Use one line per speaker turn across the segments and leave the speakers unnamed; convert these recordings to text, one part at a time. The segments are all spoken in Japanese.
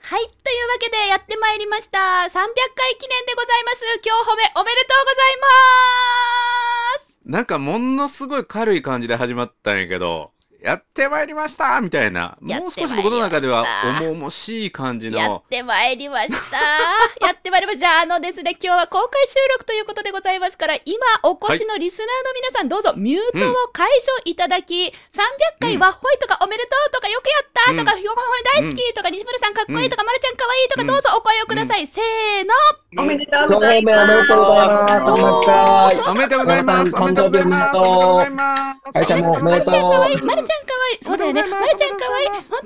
はい。というわけでやってまいりました。300回記念でございます。今日褒めおめでとうございます
なんかものすごい軽い感じで始まったんやけど、やってまいりましたみたいな。もう少し僕の中では重々しい感じの。
やってまいりました。 やってまいりました。あのですね、今日は公開収録ということでございますから、今お越しのリスナーの皆さん、どうぞミュートを解除いただき、うん、300回はほいとかおめでとうとかよくやったとか、うん、ほい大好きとか、西村さんかっこいいとか、まるちゃんかわいいとか、どうぞお声をください。せー
の。おめでとうございます。おめでとうございます。
おめでとうございます。おめでとうございます。おめでとうございます。会
社もおめでとう。ま
るちゃんかわいい。そうだよね。まるちゃんかわいい。ほんとか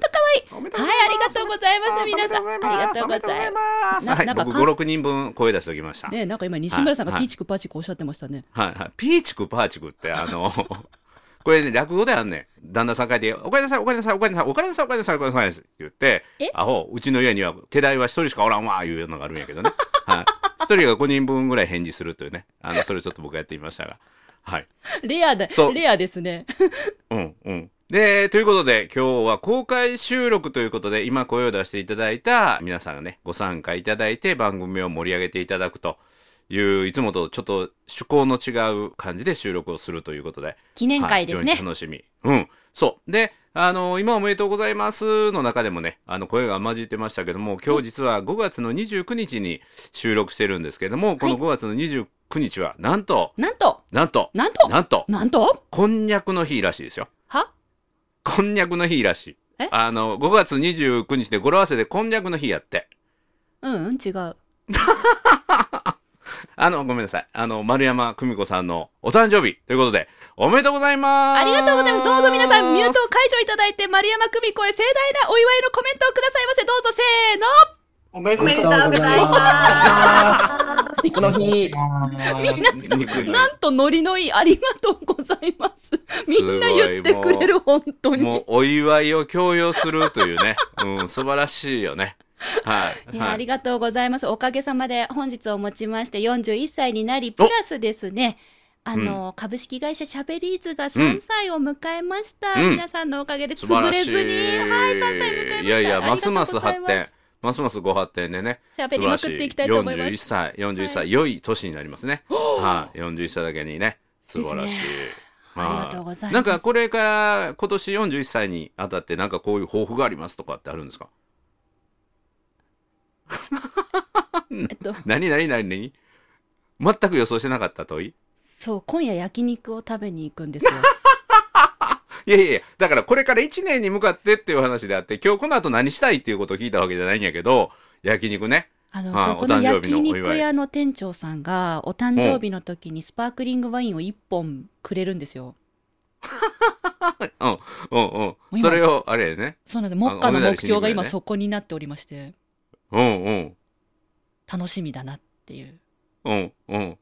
わいい。はい、ありがとうございます。皆さん。ありがとうございます。
はい、僕5、6人分声出しておきました。
ね、なんか今、西村さんがピーチクパーチクおっしゃってましたね。
はい、はい。ピーチクパーチクって、あの、 これね、落語であんねん。旦那さん書いて、おかえりなさい、おかえりなさい、おかえりなさい、おかえりなさい、おかえりなさい、おかえりなさいって言って、アホ、うちの家には手代は一人しかおらんわ、いうのがあるんやけどね。はい。一人が5人分ぐらい返事するというね。あの、それちょっと僕やってみましたが。はい。
レアだ、レアですね。
うんうん。で、ということで、今日は公開収録ということで、今声を出していただいた皆さんがね、ご参加いただいて番組を盛り上げていただくと。いう、いつもとちょっと趣向の違う感じで収録をするということで。
記念会ですね。
はい、楽しみ。うん。そう。で、あの、今おめでとうございますの中でもね、あの、声が混じってましたけども、今日実は5月の29日に収録してるんですけども、はい、この5月の29日は、なんと、
なんと、
なんと、
なんと、
なんと、
なんと、
こんにゃくの日らしいですよ。
は
こんにゃくの日らしい。あの、5月29日で語呂合わせでこんにゃくの日やって。
うん、うん、違う。。
あの、ごめんなさい。あの、丸山久美子さんのお誕生日ということで、おめでとうございます
ありがとうございます。どうぞ皆さん、ミュートを解除いただいて、丸山久美子へ盛大なお祝いのコメントをくださいませ。どうぞ、せーの。
おめでとうございます。この日。
みんな、なんとノリのいい、ありがとうございます。みんな言ってくれる、本当に。
もう、お祝いを強要すると いうね。うん、素晴らしいよね。
はい、いや、はい、ありがとうございます。おかげさまで本日をもちまして41歳になり、プラスですね、あの、うん、株式会社シャベリーズが3歳を迎えました。うん、皆さんのおかげで潰れずに、はい、3歳迎えました。
いやいや、ますます発展。ますますご発展でね。
喋りまくっていきたいと思います。41
歳、41歳、はい、良い年になりますね。はい、41歳だけにね、素晴らしい。
ありがとうございます。
なんかこれから今年41歳にあたってなんかこういう抱負がありますとかってあるんですかえっと、何何何何全く予想してなかった問い
そう今夜焼肉を食べに行くんですよ
いやいやだからこれから1年に向かってっていう話であって今日この後何したいっていうことを聞いたわけじゃないんやけど焼肉ね
あの、はあ、そこの焼肉屋の店長さんがお誕生日の時にスパークリングワインを1本くれるんですよ、
うん、うんうんうんそれをあれね
そうなんです目下の目標が今そこになっておりまして、
うんうん。
楽しみだなっていう。
うんうん。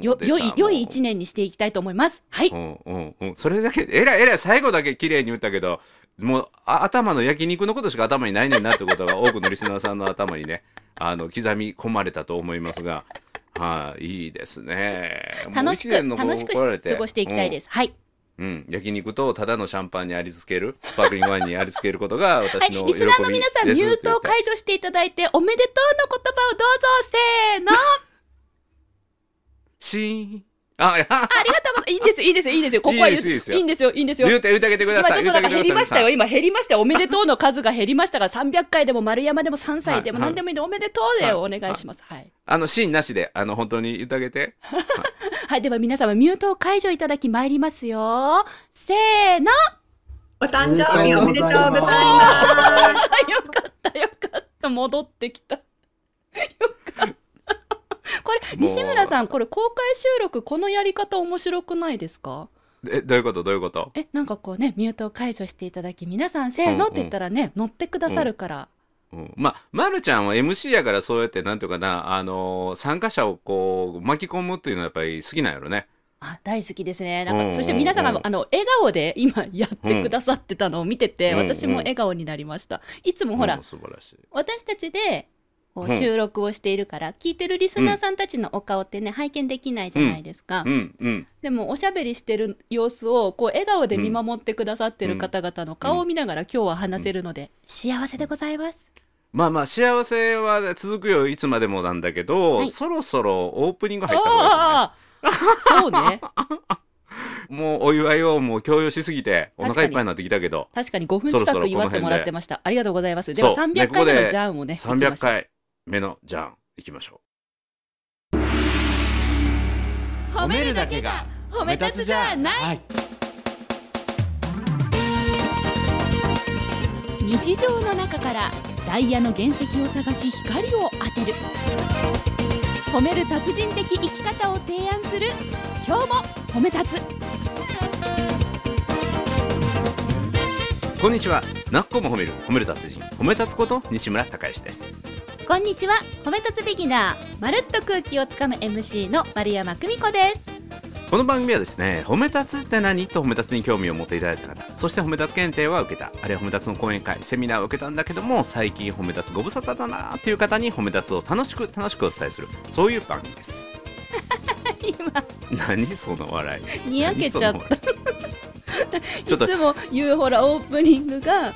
よ、良い、良い一年にしていきたいと思います。はい。
うんうんうん。それだけ、えらいえらい、最後だけ綺麗に言ったけど、もうあ、頭の焼肉のことしか頭にないねんなってことが、多くのリスナーさんの頭にね、あの、刻み込まれたと思いますが、はい、いいですね。
楽しく、楽しく過ごしていきたいです。うん、はい。
うん、焼肉とただのシャンパンにありつけるスパークリングワインにありつけることが私の喜びで
はい、リ
す、
スナーの皆さんミュートを解除していただいておめでとうの言葉をどうぞせ ーの
シーン
あありがとういいんですいいですいいですよここはいいんですよいいんですよいいんですよ
言うて言うてあげてくださ
い今ちょっとなんか減りましたよ今減りましたおめでとうの数が減りましたが300回でも丸山でも3歳でも何でもいいんでおめでとうでお願いしますはい。
あの、シーンなしで、あの、本当に言ってあげて。
はい、はい、では皆様、ミュートを解除いただき参りますよ。せーの
お誕生日おめでとうございます。
よかった、よかった。戻ってきた。よ かった。これ、西村さん、これ公開収録、このやり方面白くないですか
えどういうことどういうこと
えなんかこうねミュートを解除していただき皆さんせーのって言ったらね、うんうん、乗ってくださるから、うん
うん、まあ、ま、るちゃんは MC やからそうやってなんていうかな、あのー、参加者をこう巻き込むっていうのはやっぱり好きなんやろね。
あ大好きですねなんか、そして皆様、あの笑顔で今やってくださってたのを見てて、うん、私も笑顔になりました。いつもほら、うん、
ら
私たちでこう収録をしているから、聞いてるリスナーさんたちのお顔ってね、拝見できないじゃないですか、でもおしゃべりしてる様子をこう笑顔で見守ってくださってる方々の顔を見ながら、今日は話せるので、幸せでございます。
まあまあ幸せは続くよいつまでもなんだけど、
はい
そろそろオープニング入った方がいいですね
ああ、そうね。
もうお祝いをもう強要しすぎてお腹いっぱいになってきたけど
確かに5分
そろそ
近
ろ
く祝ってもらってました。ありがとうございます。では
そう
300
ねここ
回
で
目のジャンをね、行きま
300
しょう。
回目のじゃんいきましょ
褒めるだけが褒め立つじゃない。
はい、
日常の中からダイヤの原石を探し光を当てる褒める達人的生き方を提案する今日も褒め立つ
うこんにちはなっこも褒める褒める達人褒め立つこと西村孝之です
こんにちは褒め立つビギナーまるっと空気をつかむ MC の丸山久美子です
この番組はですね褒め立つって何と褒め立つに興味を持っていただいた方そして褒め立つ検定は受けたあるいは褒め立つの講演会セミナーを受けたんだけども最近褒め立つご無沙汰だなっていう方に褒め立つを楽しく楽しくお伝えするそういう番組です
今
何その笑い
にやけちゃっ
何その笑いちょ
た
っ と
いつも言うほらオープニングが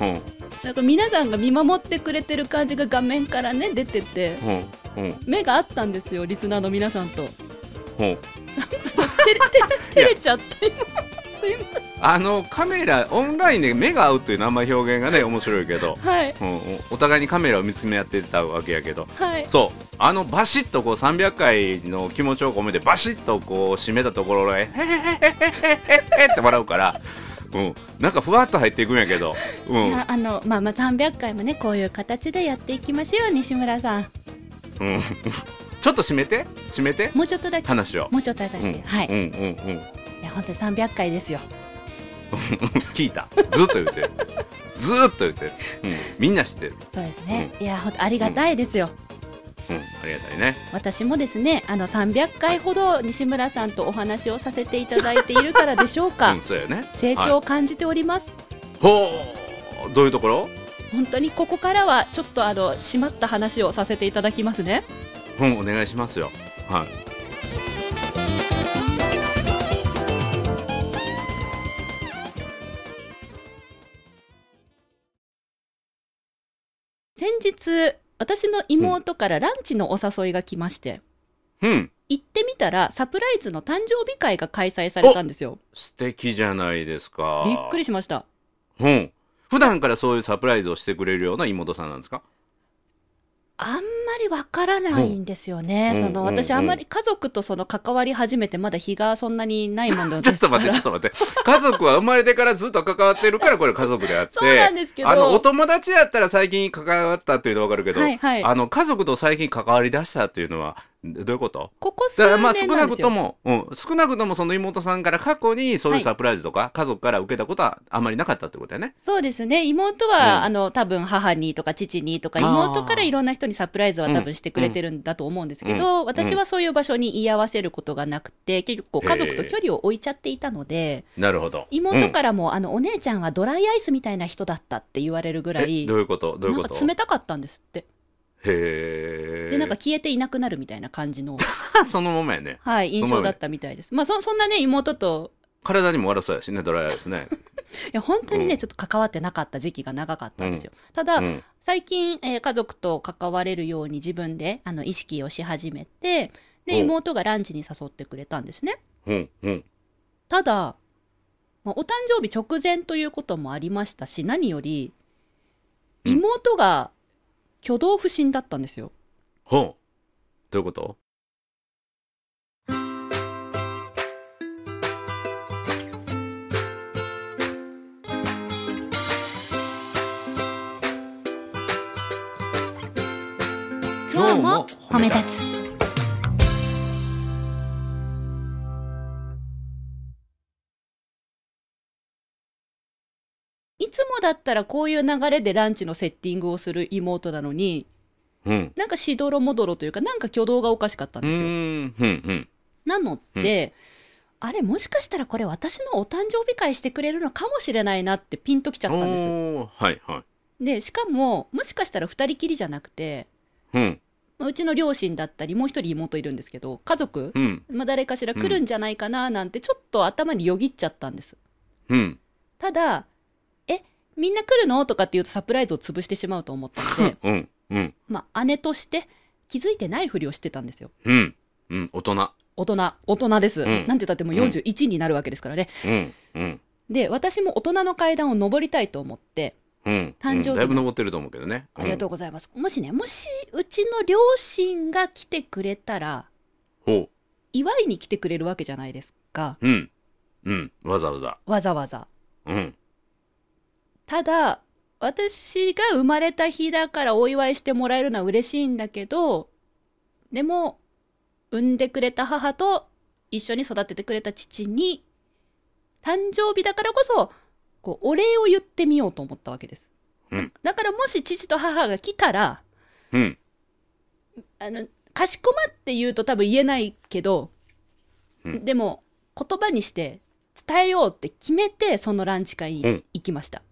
うん
なんか皆さんが見守ってくれてる感じが画面からね出てて
うんうん
目があったんですよリスナーの皆さんと
うん
照れて照れちゃって今すいません
あのカメラオンラインで目が合うという名前表現がね面白いけど、
はい
うんうんお互いにカメラを見つめ合ってたわけやけど
はい
そうあのバシッとこう300回の気持ちを込めてバシッとこう締めたところで「へへへへへへへへ」って笑うから、うん、なんかふわっと入っていくんやけど、う
い
ん
やあのまあまあ300回もねこういう形でやっていきましょう西村さん
うん、ちょっと締めて締めて
もうちょっとだけ
話を。
もうちょっとだけ、
うん
はい、
うん
い
うんうん、
や本当に300回ですよ
聞いたずっと言ってるずっと言ってる、うん、みんな知ってる、
そうですね、いや本当ありがたいですよ、
うん、ありがたいね
私もですねあの300回ほど西村さんとお話をさせていただいているからでしょうか、
うん、そうやね
成長を感じております、
ほうどういうところ
本当にここからはちょっとあの締まった話をさせていただきますね
うんお願いしますよはい
先日私の妹からランチのお誘いが来まして
うん
行ってみたらサプライズの誕生日会が開催されたんですよ
素敵じゃないですか
びっくりしました
うん。普段からそういうサプライズをしてくれるような妹さんなんですか
あんまりわからないんですよね。
うん
そ
うん
の
うん
私あんまり家族とその関わり始めてまだ日がそんなにないもんで
ちょっ
す
と
か
待って、ちょ
ら
っ。と待って。家族は生まれてからずっと関わってるから、これ家族であって。
そうなんですけど
あの、お友達やったら最近関わったっていうのはわかるけど、
はいはい
あの、家族と最近関わり出したっていうのは、どういうこと
ここ数
だから
年
ま
な
あ
んです
少
よ。
なくとも、うん、少なくともその妹さんから過去にそういうサプライズとか、家族から受けたことはあまりなかったってことだよね。
そうですね。妹は、
うん
あの多分母にとか父にとか
あー
妹からいろんな人にサプライズは多分してくれてるんだと思うんですけど、私はそういう場所に居合わせることがなくて結構家族と距離を置いちゃっていたので、
なるほど。
妹
ら、
からも、あのお姉ちゃんはドライアイスみたいな人だったって言われるぐら
え
い
どういうことどういう
なんか
こと
冷たかったんですって。
へえ。
でなんか消えていなくなるみたいな感じの。
そのままやね。
はい、印象だったみたいです。まあ、そそんなね、妹と、
体にも悪そうやしね、ドライアイスね。
いや、本当にね、
うん
ちょっと関わってなかった時期が長かったんですよ。ただ、
うん
最近、えー家族と関われるように自分で、あの、意識をし始めて、で、
うん
妹がランチに誘ってくれたんですね。
うんうん
ただ、まあ、お誕生日直前ということもありましたし、何より、
うん
妹が挙動不審だったんですよ。
ほうどういうこと
今日も褒め立
つ。いつもだったらこういう流れでランチのセッティングをする妹なのに
うん
なんかしどろもどろというかなんか挙動がおかしかったん
う
ですよ。
ーんうんうん
なので、あれもしかしたらこれ私のお誕生日会してくれるのかもしれないなってピンときちゃったんで
おーはいはい
す。でしかももしかしたら2人きりじゃなくて
うん
まあうちの両親だったりもう一人妹いるんですけど家族、
うん
まあ、誰かしら来るんじゃないかななんてちょっと頭によぎっちゃったんです
うん
ただえみんな来るのとかって言うとサプライズを潰してしまうと思ったので
うんうん
まあ姉として気づいてないふりをしてたんですよ
うんうん大人
大人大人です、
うん
なんて言ったってもう41になるわけですからね、
うんうん
で私も大人の階段を上りたいと思って
うん
誕生日の
うんだいぶ登ってると思うけどね
ありがとう
う
ございます、もしねもしうちの両親が来てくれたら
んほ
祝いに来てくれるわけじゃないですか
ううんうんわざわざ
わざわざ
うん
ただ私が生まれた日だからお祝いしてもらえるのは嬉しいんだけどでも産んでくれた母と一緒に育ててくれた父に誕生日だからこそこうお礼を言ってみようと思ったわけです、
うん
だからもし父と母が来たら
うん
あのかしこまって言うと多分言えないけど、
うん
でも言葉にして伝えようって決めてそのランチ会
うん
に行きました、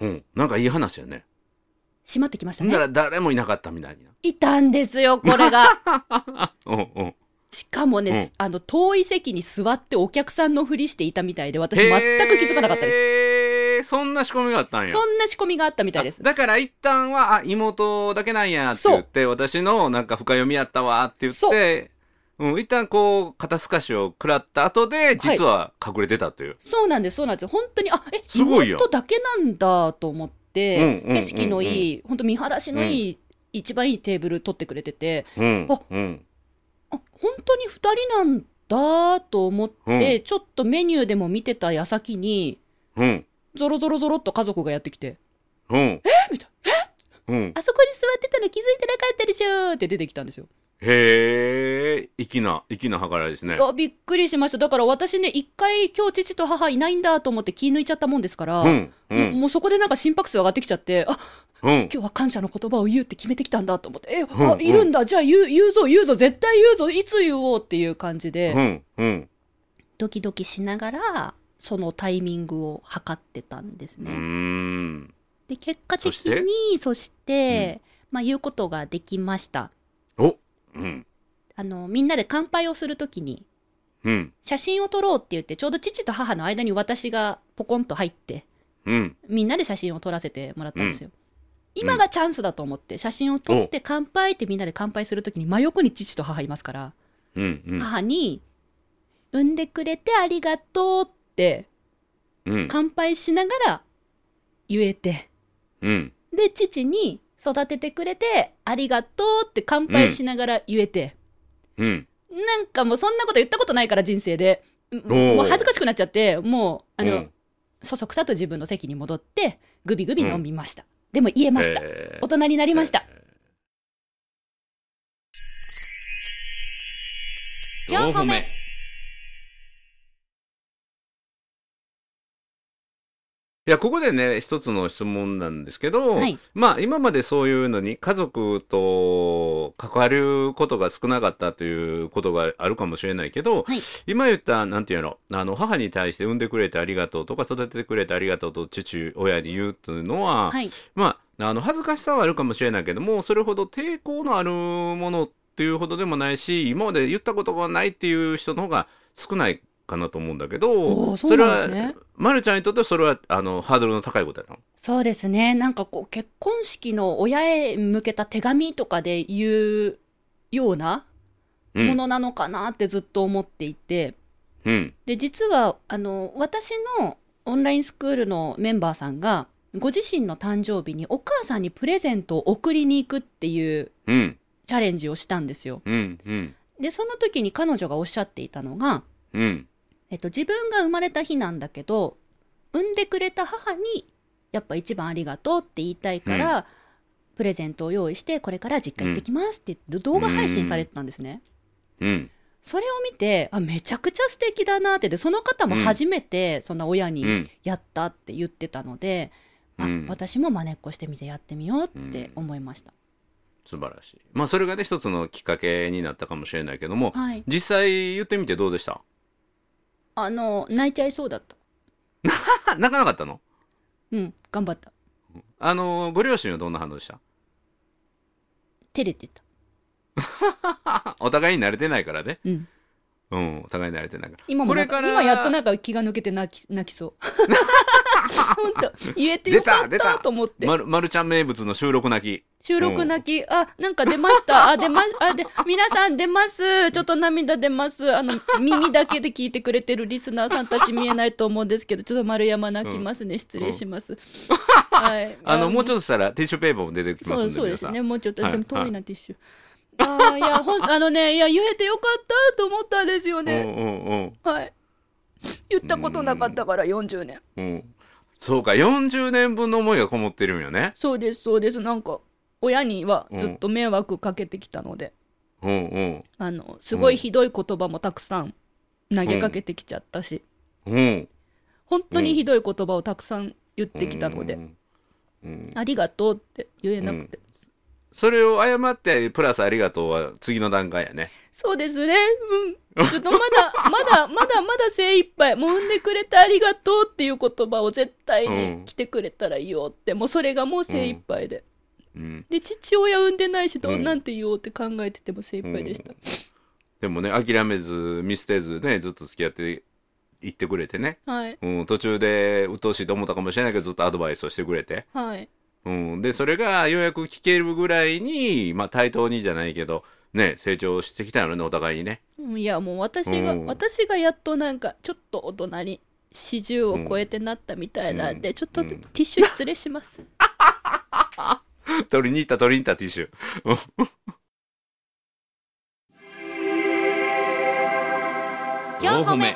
うんなんかいい話やね
閉まってきました
だ
ね
から誰もいなかったみたいない
たんですよ、これ が。
うんうん
しかもね、
うん
あの、遠い席に座ってお客さんのふりしていたみたいで、私全く気づかなかったです。
へーそんな仕込みがあったんや
そんな仕込みがあったみたいです
あ。だから一旦はあ妹だけなんやって言って私のなんか深読みやったわって言っ
そ
てう、ん、一旦こう肩透かしを食らった後で実は隠れてたという、
そうなんです、そうなんです。本当に、あ、え、
すごいやん
妹だけなんだと思って、
うんうんうんうん
景色のいい、本当見晴らしのいい、一番いいテーブル取ってくれてて、
うん
あ
うん
あ、本当に二人なんだと思って、
う
ちょっとメニューでも見てた矢先に、
うん
ゾロゾロゾロっと家族がやってきて、
うん
えみたいな。え
うん
あそこに座ってたの気づいてなかったでしょって出てきたんですよ。
へえ粋な粋な計らいですね
いやびっくりしましただから私ね一回今日父と母いないんだと思って気抜いちゃったもんですから、
うんう
もうんもうそこでなんか心拍数上がってきちゃってあ
うん
今日は感謝の言葉を言うって決めてきたんだと思ってえ、
ん
あ
うん
いるんだじゃあ言う言うぞ言うぞ絶対言うぞいつ言おうっていう感じで、
うんうん
ドキドキしながらそのタイミングを測ってたんです
う
ね。
ーん
で結果
そ
的
して
にそして、まあ、言うことができました
おうん
あのみんなで乾杯をするときに
うん
写真を撮ろうって言ってちょうど父と母の間に私がポコンと入って
うん
みんなで写真を撮らせてもらったんですよ、今がチャンスだと思って写真を撮って乾杯ってみんなで乾杯するときに真横に父と母いますから、
うんうん
母に「産んでくれてありがとう」って
うん
乾杯しながら言えて
うん
で父に「育ててくれてありがとう」って乾杯しながら言えて、
うん
なんかもうそんなこと言ったことないから人生で
ー
もう恥ずかしくなっちゃってもうあの、
うん
そそくさと自分の席に戻ってグビグビ飲みました、でも言えました、
へー
大人になりました、
四歩目いやここでね一つの質問なんですけど、
はい
まあ今までそういうのに家族と関わることが少なかったということがあるかもしれないけど、
はい
今言ったなんていうのあの母に対して産んでくれてありがとうとか育ててくれてありがとうと父親に言うというのは、
はい
まあ、あの恥ずかしさはあるかもしれないけどもそれほど抵抗のあるものっていうほどでもないし今まで言ったことがないっていう人の方が少ないかなと思うんだけ
お
ど
ーそう
れ
なん
は、
ですね
ま、るちゃんにとってはそれはあのハードルの高いことやったの
そうですねなんかこう結婚式の親へ向けた手紙とかで言うような
う
も
ん
のなのかなってずっと思っていて、
うん
で実はあの私のオンラインスクールのメンバーさんがご自身の誕生日にお母さんにプレゼントを送りに行くっていう
うん
チャレンジをしたんですよ。
うんうん
でその時に彼女がおっしゃっていたのが、
うん
えっと、自分が生まれた日なんだけど産んでくれた母にやっぱ一番ありがとうって言いたいから、プレゼントを用意してこれから実家行ってきますって言って動画配信されてたんですね。
うん
それを見てあめちゃくちゃ素敵だなってでその方も初めてそんな親
う
に
ん
やったって言ってたので、
うん
あ私も真似っこしてみてやってみようって思いました。
素晴らしいまあそれがね一つのきっかけになったかもしれないけども
はい、
実際言ってみてどうでした
あの泣いちゃいそうだった。
あ泣かなかったの
うん頑張った。
あのご両親はどんな反応でした
照れてた。
お互いに慣れてないからね
うん
うん、お互い慣れてなんか。
今も
こ
な
れ
んか
から
今やっとなんか気が抜けて泣き泣き そう。本当言えてよかっ
出た出
た
た
と思って。
まる、まるちゃん名物の収録泣き。
収録泣き、あ、なんか出ました。あ、出ま、あ、で、皆さん出ます。ちょっと涙出ます。あの、耳だけで聞いてくれてるリスナーさんたち見えないと思うんですけど、ちょっと丸山泣きますね。失礼します。 はい。
あの、もうち
ょっ
ょっとしたらティッシュペーパーも出てき
そ
ますん
う
で。
そうですね。
皆
もうちょっと、
はい
でも遠いな、ティッシュ。あーい や、ほん、あのね、いや、言えてよかったと思ったんですよ
さん。
ね。
うんうん
はい。言ったことなかったから、40年。
うん。うん。そうか、40年分の思いがこもってるんよね。
そうです、そうです。なんか、親にはずっと迷惑かけてきたので。
うんうん。
あのすごいひどい言葉もたくさん投げかけてきちゃったし、
うん。
本当にひどい言葉をたくさん言ってきたので、
うん。うん
ありがとうって言えなくて、
それを謝って、プラスありがとうは次の段階やね。
そうですねうんちょっとまだ まだまだまだ精一杯もう産んでくれてありがとうっていう言葉を絶対
う
に
ん
来てくれたらいいよってもうそれがもう精一杯で、
うん。
で父親産んでないしど
う
うんなんて言おうって考えてても精一杯でした、
でもね、諦めず、見捨てずね、ずっと付き合っていってくれてね。
はい
うん、途中で鬱陶しいと思ったかもしれないけど、ずっとアドバイスをしてくれて。
はい
うん、でそれがようやく聞けるぐらいに、まあ、対等にじゃないけど、ね、成長してきたのねお互いにね。
うんいやもう私が、
うん
私がやっとなんかちょっと大人に40を超えてなったみたいなんで、
うん
ちょっと
うん
ティッシュ失礼します、
取りに行った取りに行ったティッシ ュ。
4歩目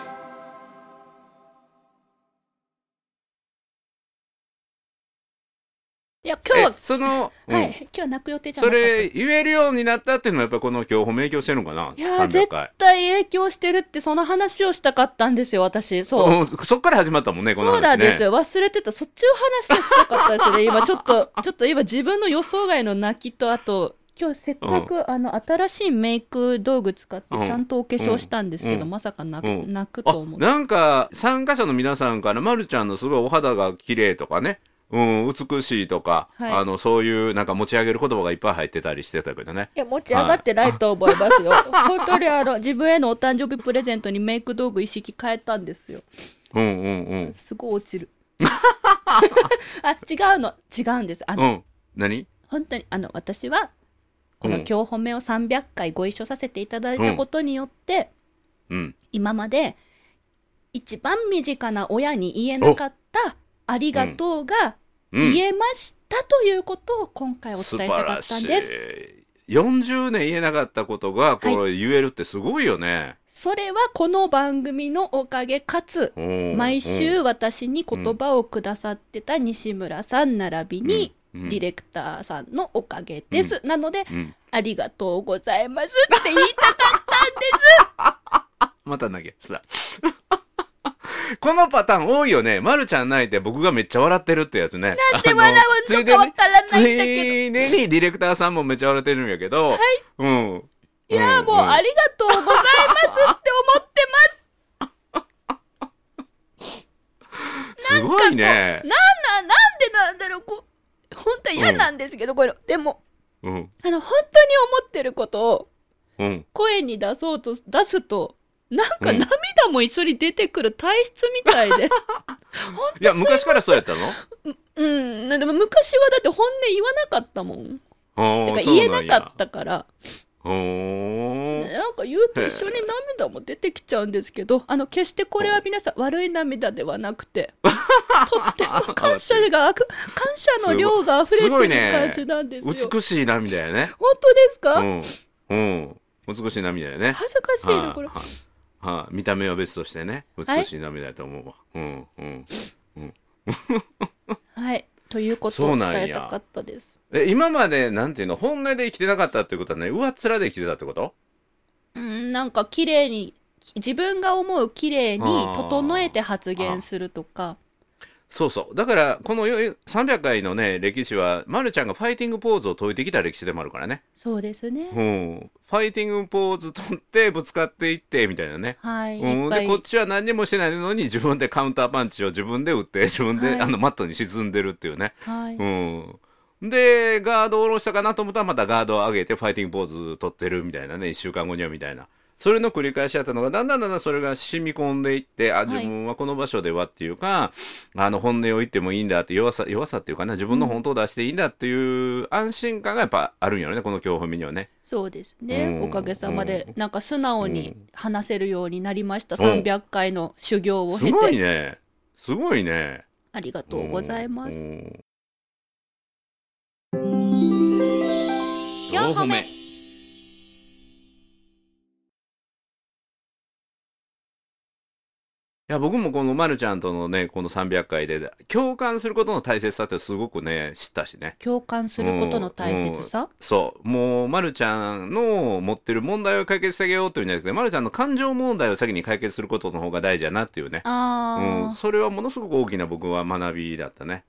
いや今日は
え、その、うん
はい今日は泣く予定じゃ
そ
なかった
れ言えるようになったっていうのはやっぱこの今日褒め影響してるのかない
やー
300
絶
回。
対影響してるってその話をしたかったんですよ私そう、
うんそっから始まったもんねこの
そ
話、ね、
うなんですよ忘れてたそっちの話をしたかったですよね今ちょっとちょっと今自分の予想外の泣きとあと今日せっかく、あの新しいメイク道具使ってちゃんとお化粧したんですけど、
うん
まさか泣く,、
うん
泣くと
あ
思って
なんか参加者の皆さんから、ま、るちゃんのすごいお肌が綺麗とかね、うん、美しいとか、
はい
あのそういうなんか持ち上げる言葉がいっぱい入ってたりしてたけどね。
いや、持ち上がってないと思いますよ。 本当にあの、自分へのお誕生日プレゼントにメイク道具一式変えたんですよ。
うんうんうん。
すごい落ち る。あ、違うの。違うんです。あ
う
の、
ん、何
本当に、あの、私は、この
うん
今日褒めを300回ご一緒させていただいたことによって、
うん
今まで、一番身近な親に言えなかった、ありがとうが
うん、
言えましたということを今回お
素
伝えし
晴
たからっ
した
ん
い
です。
40年言えなかったことがこれ言えるってすごいよね、
それはこの番組のおかげかつ、
うん
毎週私に言葉をくださってた西村さん並びに
うん
ディレクターさんのおかげです、なので
うん
ありがとうございますって言いたかったんです
また投げつだ このパターン多いよね、ま、るちゃん泣いて僕がめっちゃ笑ってるってやつねなん
で笑うのかわから
つ
ないんだけ
いでにディレクターさんもめっちゃ笑ってるんやけど、うん
どいやーもうありがとうございますって思って
すごいね
ますななんでなんだろうこう本当は嫌なんですけど、これでも
うん
あの本当に思ってることを
うん
声に出そうと出すとなんか
うん
涙も一緒に出てくる体質みたい で
いや昔からそうやったの
うん、でも昔はだって本音言わなかったもん。
あ
て
ー
か
そう
言え
んや
なかったから、
ほーん
なんか言うと一緒に涙も出てきちゃうんですけど、あの、決してこれは皆さん悪い涙ではなく て、とっても感謝があく、感謝の量が溢れ
すご
て
い
る
ね
感じなんですよ。
美しい涙やね
本当ですか、
うん、うん、美しい涙やね。
恥ずかしい
は
な、これ。
いはいはい見た目は別としてね、
はい
美しい涙だと思うわ。うん、うん。
はい。ということ
そ
を
う
伝
なんや
えたかったです。
え、今まで、なんていうの、本音で生きてなかったってことはね、上っ面で生きてたってこと
うん、なんか綺麗に、自分が思う綺麗に整えて発言するとか、
そうそう。だから、このよ300回のね、歴史は、まるちゃんがファイティングポーズを解いてきた歴史でもあるからね。
そうですね。
うん。ファイティングポーズ取って、ぶつかっていって、みたいなね。
はい。い
うん、
っぱ
で
い
こっちは何にもしてないのに自分でカウンターパンチを自分で打って自分で、
はい
あのマットに沈んでるっていうね
はい。
うん、でガードを下ろしたかなと思ったらまたガードを上げてファイティングポーズ取ってるみたいなね1週間後にはみたいなそれの繰り返しやったのがだんだんだんだんそれが染み込んでいってあ
い
自分はこの場所ではっていうか、あの本音を言ってもいいんだって弱さ弱さっていうかな自分の本当を出していいんだっていう安心感がやっぱあるんやろねこの教本にはね。
そうですね、
うん
おかげさまで、
うん
なんか素直に話せるようになりました、300回の修行を
す
経て、
ごいねすごいね。
ありがとうございます、
うんうん
4歩目
いや僕もこのまるちゃんとのねこの300回で共感することの大切さってすごくね知ったしね
共感することの大切さ、
そうもうまるちゃんの持ってる問題を解決してあげようというんじゃなくてまるちゃんの感情問題を先に解決することの方が大事やなっていうね、う
あー、
ん、それはものすごく大きな僕は学びだったね、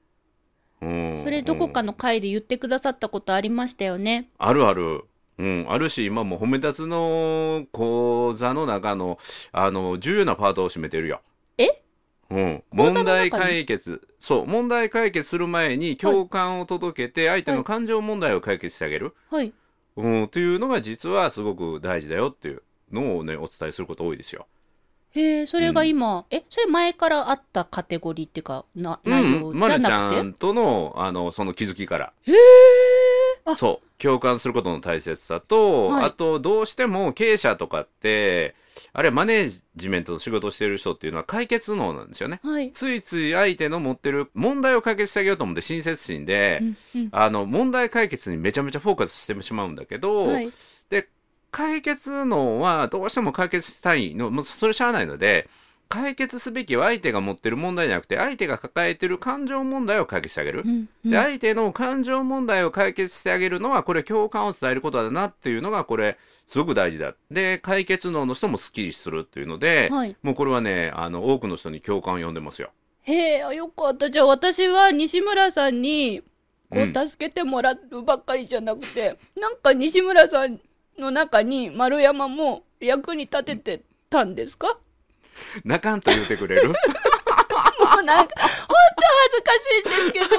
うん、
それどこか
うん
の回で言ってくださったことありましたよね、
あるあるうん、あるし今もう褒め立つの講座の中のあの重要なパートを占めてるよ。
え
うん、
講座の中に
問題解決そう問題解決する前に共感を届けて相手の感情問題を解決してあげる、
はい
うん、というのが実はすごく大事だよっていうのをねお伝えすること多いですよ。
へえそれが今、えそれ前からあったカテゴリーっていうかな内容
うん、ま
じゃ
るち
なくて、
ゃんとのあのその気づきから
へえあ
そう共感することの大切さと、
はい
あとどうしても経営者とかってあれマネジメントの仕事をしてる人っていうのは解決能なんですよね。
はい、
ついつい相手の持ってる問題を解決してあげようと思って親切心で、
うんうん
あの問題解決にめちゃめちゃフォーカスしてしまうんだけど、
はい、
解決のはどうしても解決したいのもうそれしゃあないので解決すべきは相手が持ってる問題じゃなくて相手が抱えてる感情問題を解決してあげる
う。んうん
で相手の感情問題を解決してあげるのはこれ共感を伝えることだなっていうのがこれすごく大事だ。で解決能の人もスッキリするっていうので、
はい、
もうこれはねあの多くの人に共感を呼んでますよ。
へえあよかったじゃあ私は西村さんにこ
うん
う助けてもらうばっかりじゃなくて、なんか西村さんの中に丸山も役に立ててたんですか
泣かんと言うてくれる
もうなんか本当恥ずかしいんですけど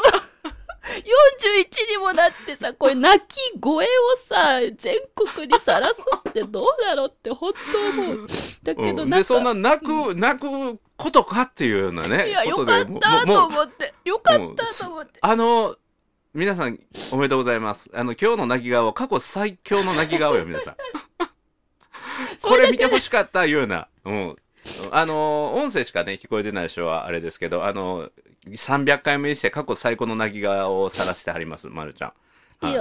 41にもなってさこれ泣き声をさ全国にさらすってどうだろうって本当思うだ けど
うん
なん
で
か、
そんな泣く、泣くことかっていうようなね
いやよ
こと
か
で
っ
も
た
も
と
もう
思ってよかったと思って
あの皆さんおめでとうございますあの今日の泣き顔は過去最強の泣き顔よ皆 さんこれ見てほしかったいうような、うん、あの音声しかね聞こえてない人はあれですけどあの300回目にして過去最高の泣き顔を晒してはります、ま、るちゃ
い
んはい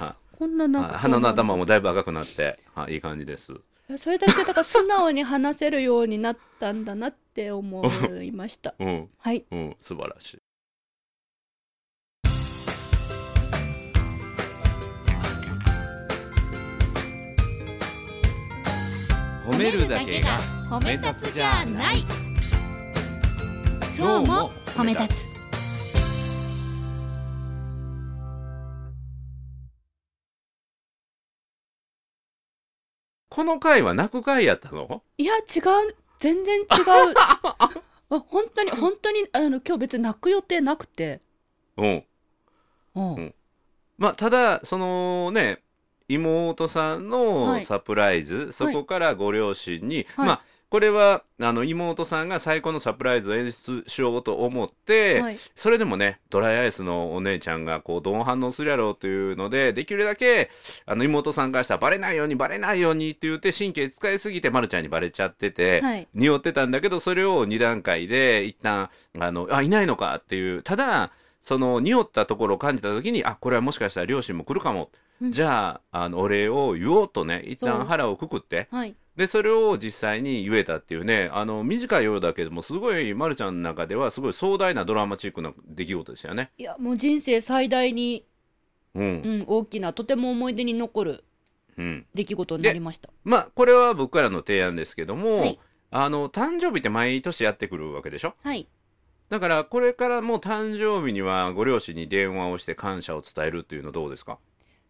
や、こんななん
はい
か
鼻の頭もだいぶ赤くなって、はい、いい感じです
いやそれだけだから素直に話せるようになったんだなって思いました
うん
はい
うん素晴らしい
褒めるだけが
褒
め立つじゃない
今日も褒め立
つ
この回は泣く回やったの
いや違う全 然違うあ本当に本当にあの今日別に泣く予定なくて
うん。
うん、
うんまあ、ただ、そのね、妹さん
は
の
い
サプライズ、そこからご両親に、
はい
まあ、これはあの妹さんが最高のサプライズを演出しようと思って、
はい
それでもねドライアイスのお姉ちゃんがこうどう反応するやろうというのでできるだけあの妹さんからしたらバレないようにバレないようにって言って神経使いすぎてまるちゃんにバレちゃってて、
はい
匂ってたんだけどそれを2段階で一旦あのあいないのかっていうただその匂ったところを感じた時にあこれはもしかしたら両親も来るかも、
うん
じゃああのお礼を言おうとね一
そう
旦腹をくくって
はい
でそれを実際に言えたっていうねあの短いようだけどもすごいまるちゃんの中ではすごい壮大なドラマチックな出来事でしたよね。
いやもう人生最大に、
うん
うん、大きなとても思い出に残る
うん、
出来事になりました
まあこれは僕からの提案ですけども、
はい
あの誕生日って毎年やってくるわけでしょ
はい
だからこれからも誕生日にはご両親に電話をして感謝を伝えるっていうのどうですか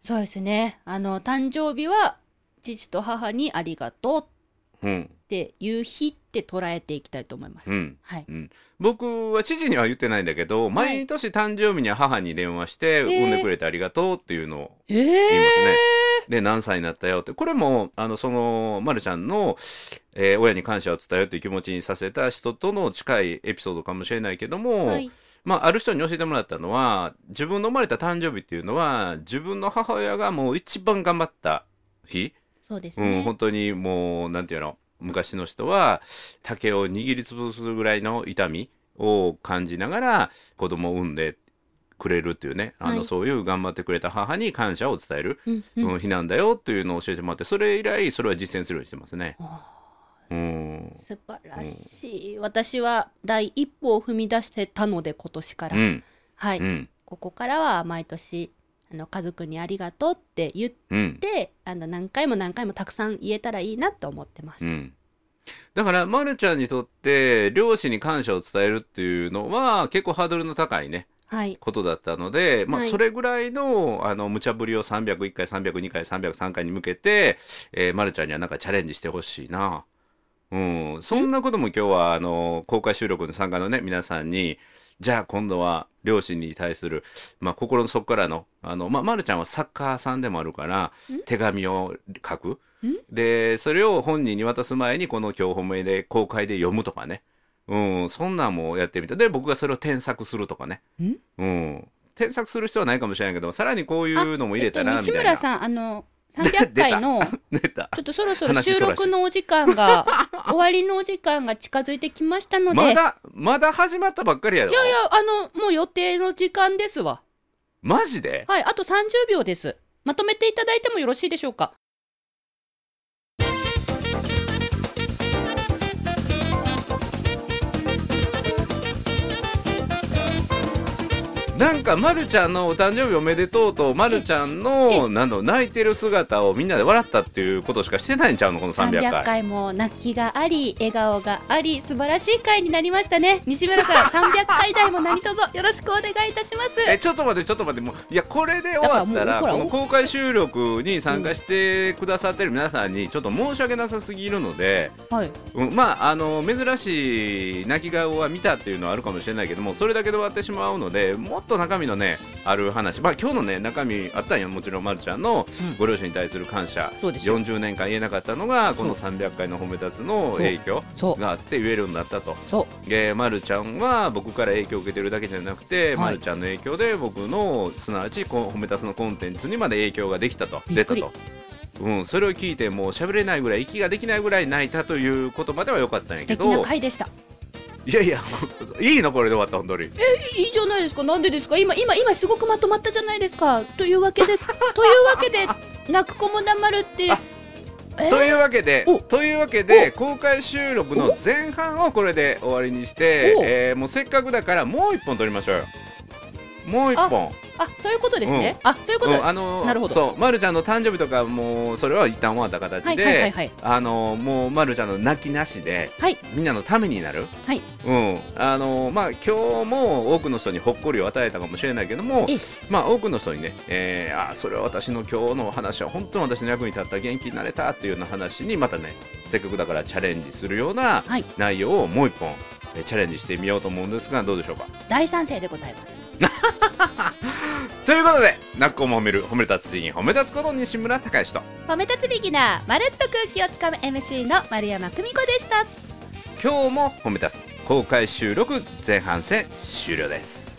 そうですねあの誕生日は父と母にありがとう
うん
っていう日って捉えていきたいと思います。
うん
はい。
僕は父には言ってないんだけど、毎年誕生日には母に電話して
ー
産んでくれてありがとうっていうのを
え
言いますね。で何歳になったよってこれもあのその、ま、るちゃんの、えー親に感謝を伝えるという気持ちにさせた人との近いエピソードかもしれないけども、
はい
まあ、ある人に教えてもらったのは自分の生まれた誕生日っていうのは自分の母親がもう一番頑張った日、
そうです
うん、
ね。
本当にもうなんていうの昔の人は竹を握りつぶすぐらいの痛みを感じながら子供を産んでくれるっていうねあの、
はい
そういう頑張ってくれた母に感謝を伝える、
うん
う
うん
ん日なんだよっていうのを教えてもらってそれ以来それは実践するようにしてますね。
あ
うん
ー素晴らしい、私は第一歩を踏み出してたので今年から、
うん
はい、
うん
ここからは毎年あの家族にありがとうって言っ
うん
てあの何回も何回もたくさん言えたらいいなと思ってます、
うん、だから、ま、るちゃんにとって両親に感謝を伝えるっていうのは結構ハードルの高いね
はい
ことだったので、まあ、
はい
それぐらいの、あの無茶ぶりを301回302回303回に向けて、えーま、るちゃんにはなんかチャレンジしてほしいな。うん、そんなことも今日はあの公開収録の参加のね皆さんにじゃあ今度は両親に対する、まあ、心の底からのあの、まあま、るちゃんはサッカーさんでもあるから
ん
手紙を書く
ん
でそれを本人に渡す前にこの今日本命で公開で読むとかね、うん、そんなんもやってみたで僕がそれを添削するとかね
ん
うん、添削する必要はないかもしれないけどさらにこういうのも入れた
えっ
ら
と
み
西
たいな
村。さんあの
出
300
た
回の
出た
ちょっとそろそろ
話
収
そらし
録のお時間 が終わりのお時間が近づいてきましたので
まだまだ始まったばっかりやろ
いやいやあのもう予定の時間ですわ
マジで
はいあと30秒ですまとめていただいてもよろしいでしょうか
なんかまるちゃんのお誕生日おめでとうとまるちゃんのなんだろう泣いてる姿をみんなで笑ったっていうことしかしてないんちゃうのこの300
300
回
回も泣きがあり笑顔があり素晴らしい回になりましたね西村さん 300回台も何卒よろしくお願いいたします
えちょっと待ってちょっと待ってもういやこれで終わった
だからもう
ら
ほら
この公開収録に参加してくださってる皆さんにちょっと申し訳なさすぎるので、
はい
うん、まああの珍しい泣き顔は見たっていうのはあるかもしれないけどもそれだけで終わってしまうのでもっと中身のねある話まあ今日のね中身あったんよもちろんまるちゃんの
うん
ご両親に対する感謝、
そうですよ
40年間言えなかったのがこの300回の褒め立つの影響
そう
があって言えるようになったと。
そう
でま、るちゃんは僕から影響を受けてるだけじゃなくて、
い
まるちゃんの影響で僕のすなわちこう褒めたすのコンテンツにまで影響ができたと
びっ
出
く
た
り
と、うん、それを聞いてもう喋れないぐらい息ができないぐらい泣いたということまでは良かったんや
素
け
敵な
ど
回でした
いやい やいいのこれで終わった本当に
いいじゃないですかなんでですか今今今すごくまとまったじゃないですかというわけ でというわけで泣く子も黙るって
あ
えー
というわけで
お、
というわけで、公開収録の前半をこれで終わりにして
お、
えーもうせっかくだから、もう一本撮りましょうよ。もう一本。
あそういうことですね、あそういうこと、
うんあのー
なるほど
そう、まるちゃんの誕生日とか、もう、それは一旦終わった
は
形
いはいはい
で。
はい
あのーもうまるちゃんの泣きなしで、
はい
みんなのためになる、
はい
うんあのーまあ、今日も多くの人にほっこりを与えたかもしれないけども
ええ、
まあ、多くの人にね、えーあーそれは私の今日のお話は本当に私の役に立った元気になれたっていうような話にまたねせっかくだからチャレンジするような
はい
内容をもう一本、えーチャレンジしてみようと思うんですがどうでしょうか
大賛成でございます
ということで「なっこも褒める褒め立つ人褒め立つこと西村隆之と
褒め立つビギナーまるっと空気をつかむ MC の丸山久美子でした
今日も褒め立つ公開収録前半戦終了です。